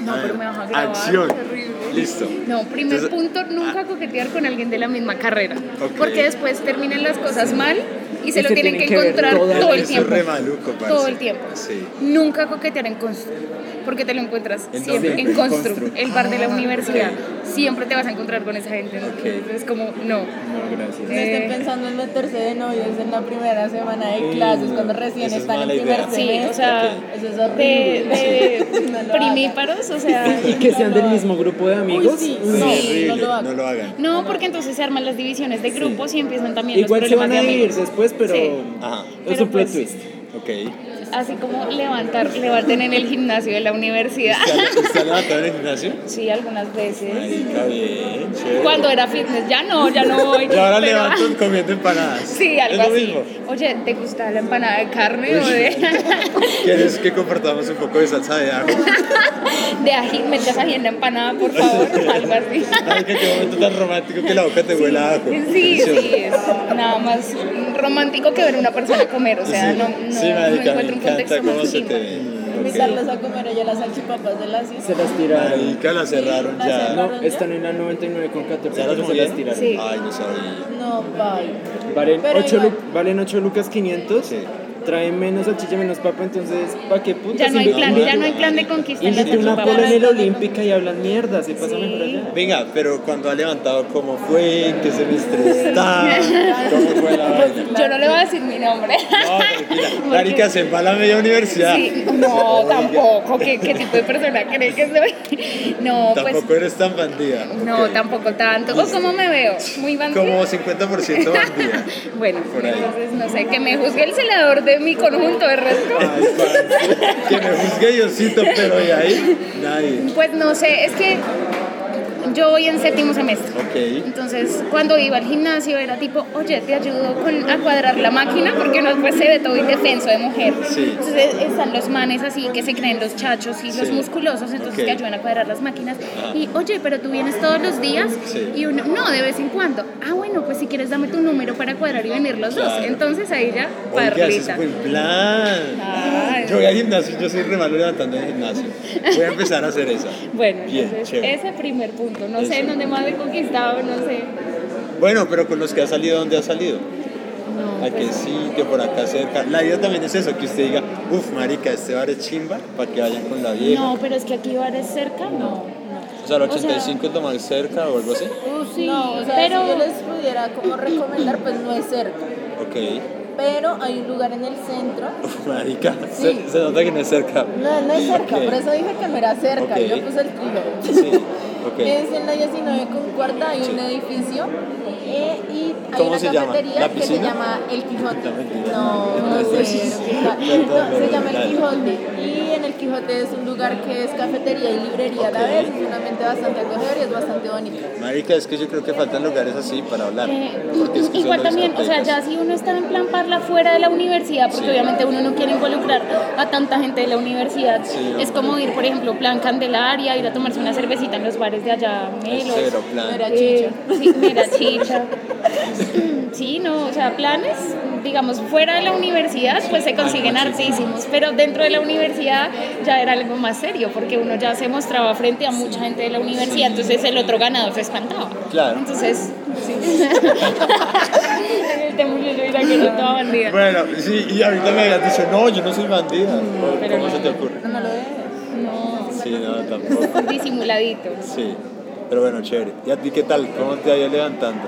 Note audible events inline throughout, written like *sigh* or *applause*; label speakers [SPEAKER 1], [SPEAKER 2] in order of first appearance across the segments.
[SPEAKER 1] No,
[SPEAKER 2] A
[SPEAKER 1] pero
[SPEAKER 2] ver,
[SPEAKER 1] me vas a grabar.
[SPEAKER 2] Ah, Acción.
[SPEAKER 1] qué horrible.
[SPEAKER 2] Listo.
[SPEAKER 1] No, primer
[SPEAKER 2] Entonces- ah.
[SPEAKER 1] punto, nunca coquetear con alguien de la misma carrera.
[SPEAKER 2] Ok.
[SPEAKER 1] Porque después terminan las cosas mal y se
[SPEAKER 3] Y
[SPEAKER 1] lo
[SPEAKER 3] se
[SPEAKER 1] tienen que
[SPEAKER 3] tienen que ver
[SPEAKER 1] encontrar
[SPEAKER 3] toda
[SPEAKER 1] todo el
[SPEAKER 2] Eso es
[SPEAKER 1] tiempo.
[SPEAKER 2] re maluco, parce.
[SPEAKER 1] Todo el tiempo.
[SPEAKER 2] Sí.
[SPEAKER 1] Nunca coquetear en Constru, porque te lo encuentras
[SPEAKER 2] ¿En Ah,
[SPEAKER 1] siempre
[SPEAKER 2] dónde?
[SPEAKER 1] en Constru,
[SPEAKER 3] Constru.
[SPEAKER 1] el bar de la universidad. Siempre te vas a encontrar con esa gente. ¿no?
[SPEAKER 2] Ok.
[SPEAKER 1] Es como, no. Eh,
[SPEAKER 2] No, gracias.
[SPEAKER 4] No estén pensando en meterse de novios en la primera semana de clases,
[SPEAKER 2] no.
[SPEAKER 4] cuando recién
[SPEAKER 2] Eso es
[SPEAKER 4] están en
[SPEAKER 2] mala
[SPEAKER 4] primer
[SPEAKER 2] idea.
[SPEAKER 1] Sí, o sea,
[SPEAKER 4] semestre. ¿eh? Eso es
[SPEAKER 1] de,
[SPEAKER 4] horrible.
[SPEAKER 1] de
[SPEAKER 4] No lo
[SPEAKER 1] primíparos, o sea.
[SPEAKER 3] Y que sean del mismo grupo de amigos.
[SPEAKER 4] sí.
[SPEAKER 3] Mm.
[SPEAKER 2] Sí,
[SPEAKER 4] No,
[SPEAKER 2] horrible,
[SPEAKER 4] no lo hagan.
[SPEAKER 2] hagan.
[SPEAKER 1] No, porque entonces se arman las divisiones de grupos y empiezan también
[SPEAKER 3] Igual
[SPEAKER 1] los
[SPEAKER 3] se van
[SPEAKER 1] problemas
[SPEAKER 3] a
[SPEAKER 1] de
[SPEAKER 3] ir
[SPEAKER 1] amigos.
[SPEAKER 3] después, pero
[SPEAKER 1] Sí.
[SPEAKER 2] Ajá.
[SPEAKER 3] es
[SPEAKER 1] Pero
[SPEAKER 3] un plot
[SPEAKER 1] pues-
[SPEAKER 3] twist.
[SPEAKER 2] Ok. ¿Usted
[SPEAKER 1] Así como levantar, levanten en el gimnasio de la universidad.
[SPEAKER 2] ha- ¿Usted ha levantado en el gimnasio?
[SPEAKER 1] *laughs* Sí, algunas veces.
[SPEAKER 2] Marica, bien, chévere.
[SPEAKER 1] Cuando era fitness, ya no, ya no voy.
[SPEAKER 2] Y ahora
[SPEAKER 1] pero-
[SPEAKER 2] levanto comiendo empanadas.
[SPEAKER 1] *laughs* Sí, algo
[SPEAKER 2] es lo
[SPEAKER 1] así.
[SPEAKER 2] mismo.
[SPEAKER 1] Oye, ¿te gusta la empanada de carne o de, *laughs*
[SPEAKER 2] ¿Quieres que compartamos un poco de salsa de ajo?
[SPEAKER 1] de ají? Metas ají en la empanada, por favor,
[SPEAKER 2] *laughs*
[SPEAKER 1] o algo así. *laughs*
[SPEAKER 2] Ay, que qué momento tan romántico que la boca te huele a ajo.
[SPEAKER 1] Sí, sí, es nada más romántico que ver a una persona comer, o sea,
[SPEAKER 2] Sí.
[SPEAKER 1] no, no,
[SPEAKER 2] sí,
[SPEAKER 1] no
[SPEAKER 2] marica,
[SPEAKER 1] encuentro
[SPEAKER 2] me
[SPEAKER 1] un
[SPEAKER 2] encanta
[SPEAKER 1] contexto Pues más
[SPEAKER 2] cómo se
[SPEAKER 1] chimba.
[SPEAKER 2] te ve.
[SPEAKER 4] Invitarlos a comer allá las salchipapas de la
[SPEAKER 3] Se
[SPEAKER 4] cita.
[SPEAKER 3] las
[SPEAKER 2] Ok.
[SPEAKER 3] tiraron.
[SPEAKER 2] Marica, la cerraron
[SPEAKER 4] La
[SPEAKER 2] ya.
[SPEAKER 4] cerraron.
[SPEAKER 3] No, están en la 99,14.
[SPEAKER 2] ¿Ya las
[SPEAKER 3] pero Se las
[SPEAKER 2] movieron?
[SPEAKER 3] tiraron.
[SPEAKER 1] Sí.
[SPEAKER 2] Ay, no sabía.
[SPEAKER 4] No, bye.
[SPEAKER 3] Valen
[SPEAKER 4] Pero
[SPEAKER 3] 8,
[SPEAKER 4] igual.
[SPEAKER 3] valen ocho lucas 500.
[SPEAKER 2] Sí.
[SPEAKER 3] Traen menos salchicha, menos papa. Entonces, ¿para qué putas?
[SPEAKER 1] Ya no hay
[SPEAKER 3] Invita-
[SPEAKER 1] plan,
[SPEAKER 2] Invita-
[SPEAKER 1] ya no hay plan de conquista en la
[SPEAKER 3] Invita una
[SPEAKER 1] Chocopapa.
[SPEAKER 3] pola en el Olímpica y hablan mierda. Se pasa
[SPEAKER 1] Sí.
[SPEAKER 3] mejor allá.
[SPEAKER 2] Venga, pero cuando ha levantado, ¿cómo fue? ¿En qué
[SPEAKER 1] *laughs*
[SPEAKER 2] semestre está? ¿Cómo fue la vaina?
[SPEAKER 1] Yo no le voy a decir mi
[SPEAKER 2] *laughs*
[SPEAKER 1] nombre.
[SPEAKER 2] No, tranquila. Marica, se embala a media universidad. *laughs*
[SPEAKER 1] Sí, no, tampoco. ¿Qué, qué tipo de persona cree que soy? *laughs* No,
[SPEAKER 2] Tampoco
[SPEAKER 1] pues.
[SPEAKER 2] eres tan bandida.
[SPEAKER 1] No,
[SPEAKER 2] Ok.
[SPEAKER 1] tampoco tanto. ¿O cómo me veo? Muy
[SPEAKER 2] Como
[SPEAKER 1] bandida.
[SPEAKER 2] 50% bandida.
[SPEAKER 1] *laughs* Bueno,
[SPEAKER 2] Por ahí.
[SPEAKER 1] entonces no sé, que me juzgue el celador de mi conjunto de resto.
[SPEAKER 2] Ay, parce, que me juzgue Diosito, pero de ahí nadie.
[SPEAKER 1] Pues no sé, es que yo voy en séptimo semestre.
[SPEAKER 2] Ok.
[SPEAKER 1] Entonces, cuando iba al gimnasio era tipo, oye, te ayudo con, a cuadrar la máquina porque uno pues se ve todo indefenso de mujer.
[SPEAKER 2] Sí.
[SPEAKER 1] Entonces están los manes así que se creen los chachos y los
[SPEAKER 2] Sí.
[SPEAKER 1] musculosos, entonces
[SPEAKER 2] Ok.
[SPEAKER 1] te ayudan a cuadrar las máquinas.
[SPEAKER 2] Ajá.
[SPEAKER 1] Y, oye, pero tú vienes todos los días
[SPEAKER 2] Sí.
[SPEAKER 1] y uno, no, de vez en cuando. Ah, bueno, pues si quieres dame tu número para cuadrar y venir los
[SPEAKER 2] Claro.
[SPEAKER 1] dos. Entonces ahí ya,
[SPEAKER 2] Oiga, ese es
[SPEAKER 1] parrita.
[SPEAKER 2] buen plan.
[SPEAKER 1] Ay.
[SPEAKER 2] Yo voy al gimnasio, yo soy re malo levantando en el gimnasio. Voy a empezar a hacer esa.
[SPEAKER 1] Bueno,
[SPEAKER 2] Bien,
[SPEAKER 1] entonces
[SPEAKER 2] chévere.
[SPEAKER 1] ese primer punto, no sé
[SPEAKER 2] Eso.
[SPEAKER 1] en dónde más he conquistado, no sé.
[SPEAKER 2] Bueno, pero con los que ha salido, ¿dónde ha salido?
[SPEAKER 1] No,
[SPEAKER 2] ¿A qué sitio? ¿Por acá cerca? La idea también es eso, que usted diga, uff, marica, este bar es chimba, para que vayan con la vieja.
[SPEAKER 1] No, pero es que aquí bares cerca, no. no.
[SPEAKER 2] O sea, el
[SPEAKER 1] O sea-
[SPEAKER 2] 85 es lo más cerca o algo así.
[SPEAKER 1] sí,
[SPEAKER 4] no, o sea,
[SPEAKER 1] pero-
[SPEAKER 4] si yo les pudiera como recomendar, pues no es cerca.
[SPEAKER 2] Ok. *laughs*
[SPEAKER 4] Pero hay un lugar en el centro.
[SPEAKER 2] Uf, marica,
[SPEAKER 4] Sí.
[SPEAKER 2] se, se nota que no es cerca.
[SPEAKER 4] No, no es cerca,
[SPEAKER 2] Ok.
[SPEAKER 4] por eso dije que no era cerca.
[SPEAKER 2] Ok.
[SPEAKER 4] Yo puse el kilo.
[SPEAKER 2] Sí, ok.
[SPEAKER 4] *laughs* Es en la 19 con cuarta, hay un
[SPEAKER 2] Sí.
[SPEAKER 4] edificio eh, y hay
[SPEAKER 2] ¿Cómo
[SPEAKER 4] una
[SPEAKER 2] se llama?
[SPEAKER 4] cafetería
[SPEAKER 2] ¿La
[SPEAKER 4] que se
[SPEAKER 2] piscina?
[SPEAKER 4] llama El Quijote.
[SPEAKER 2] No, mentira.
[SPEAKER 4] No,
[SPEAKER 2] No,
[SPEAKER 4] no sé,
[SPEAKER 2] sí, sí, *laughs* sí.
[SPEAKER 4] no,
[SPEAKER 2] Perdón,
[SPEAKER 4] se llama
[SPEAKER 2] dale.
[SPEAKER 4] El Quijote. Y en El Quijote es un lugar que es cafetería y librería a la
[SPEAKER 2] Ok.
[SPEAKER 4] vez, es un ambiente bastante acogedor y es bastante
[SPEAKER 2] *laughs*
[SPEAKER 4] bonito.
[SPEAKER 2] Marica, es que yo creo que faltan lugares así para hablar.
[SPEAKER 1] Eh,
[SPEAKER 2] porque es que son
[SPEAKER 1] igual también, o sea, ya
[SPEAKER 2] discotecas.
[SPEAKER 1] si uno está en plan parla fuera de la universidad, porque
[SPEAKER 2] Sí.
[SPEAKER 1] obviamente uno no quiere involucrar a tanta gente de la universidad,
[SPEAKER 2] Sí,
[SPEAKER 1] es
[SPEAKER 2] hombre.
[SPEAKER 1] como ir, por ejemplo, plan Candelaria, ir a tomarse una cervecita en los bares de allá,
[SPEAKER 2] Es
[SPEAKER 1] Melos.
[SPEAKER 2] cero
[SPEAKER 4] No
[SPEAKER 2] plan.
[SPEAKER 4] era
[SPEAKER 1] Eh,
[SPEAKER 4] chicha.
[SPEAKER 1] sí, mira, chicha. Sí, no, o sea, planes, digamos, fuera de la universidad, pues se consiguen hartísimos, pero dentro de la universidad ya era algo más serio, porque uno ya se mostraba frente a mucha gente de la universidad, entonces el otro ganador se espantaba.
[SPEAKER 2] Claro.
[SPEAKER 1] Entonces, sí. *laughs* El Temuyo yo diría que no toda bandida.
[SPEAKER 2] Bueno, sí, y ahorita me habías dicho, no, yo no soy bandida.
[SPEAKER 1] pero
[SPEAKER 2] ¿Cómo
[SPEAKER 1] no.
[SPEAKER 2] se te ocurre?
[SPEAKER 4] No, no lo es.
[SPEAKER 1] No,
[SPEAKER 2] Sí, no,
[SPEAKER 1] *laughs*
[SPEAKER 2] tampoco.
[SPEAKER 1] disimuladito.
[SPEAKER 2] Sí, pero bueno, chévere. ¿Y a ti qué tal? ¿Cómo te ha ido levantando?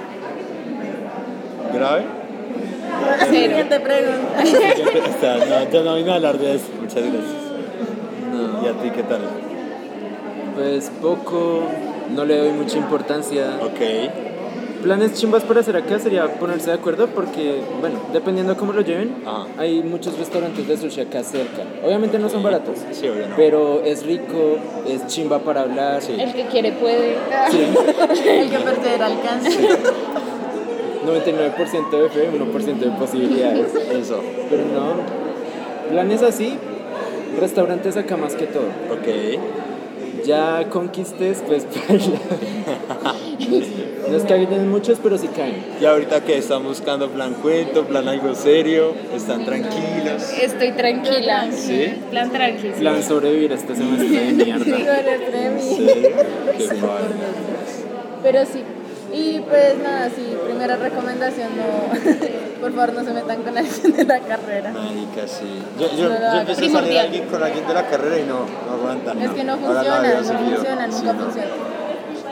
[SPEAKER 2] ¿Grave?
[SPEAKER 4] *laughs*
[SPEAKER 2] *laughs*
[SPEAKER 4] Siguiente pregunta. *laughs*
[SPEAKER 2] Está, no, yo no vine a hablar de eso. Muchas gracias. ¿Y a ti qué tal?
[SPEAKER 3] Pues poco, no le doy mucha importancia.
[SPEAKER 2] Ok.
[SPEAKER 3] Planes chimbas para hacer acá sería ponerse de acuerdo porque, bueno, dependiendo de cómo lo lleven,
[SPEAKER 2] Ajá.
[SPEAKER 3] hay muchos restaurantes de sushi acá cerca. Obviamente no son baratos,
[SPEAKER 2] Ah. Sí, obvio no.
[SPEAKER 3] pero es rico, es chimba para hablar.
[SPEAKER 2] Sí.
[SPEAKER 1] El que quiere puede.
[SPEAKER 3] Sí, *laughs*
[SPEAKER 4] El que perder alcance. *laughs*
[SPEAKER 3] 99% de fe, 1% de posibilidades.
[SPEAKER 2] Eso.
[SPEAKER 3] Pero no, planes así, restaurantes acá más que todo.
[SPEAKER 2] Ok.
[SPEAKER 3] ya conquistes, pues *laughs*
[SPEAKER 2] *laughs*
[SPEAKER 3] paila. No es que habiten muchos, pero sí caen.
[SPEAKER 2] Y ahorita que están buscando plan cuento, plan algo serio, están tranquilos.
[SPEAKER 1] Estoy tranquila.
[SPEAKER 2] ¿Sí?
[SPEAKER 1] Plan tranqui. sí.
[SPEAKER 3] Plan sobrevivir a este semestre de mierda.
[SPEAKER 4] *laughs*
[SPEAKER 2] Sí, qué padre.
[SPEAKER 4] Pero sí. Y pues nada, sí, primera recomendación, no, *laughs* por favor no se metan con alguien de la carrera.
[SPEAKER 2] Marica, sí. Yo, yo,
[SPEAKER 4] No lo
[SPEAKER 2] yo
[SPEAKER 4] hagas.
[SPEAKER 2] empecé a salir
[SPEAKER 1] Primordial.
[SPEAKER 2] alguien con alguien de la carrera y no, no aguanta.
[SPEAKER 4] Es que no
[SPEAKER 2] Ahora la
[SPEAKER 4] funciona,
[SPEAKER 2] había
[SPEAKER 4] no
[SPEAKER 2] seguido.
[SPEAKER 4] funciona,
[SPEAKER 2] Sí,
[SPEAKER 4] nunca
[SPEAKER 2] no,
[SPEAKER 4] funciona.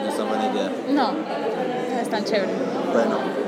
[SPEAKER 2] No está buena idea.
[SPEAKER 1] No, no es tan chévere.
[SPEAKER 2] Bueno,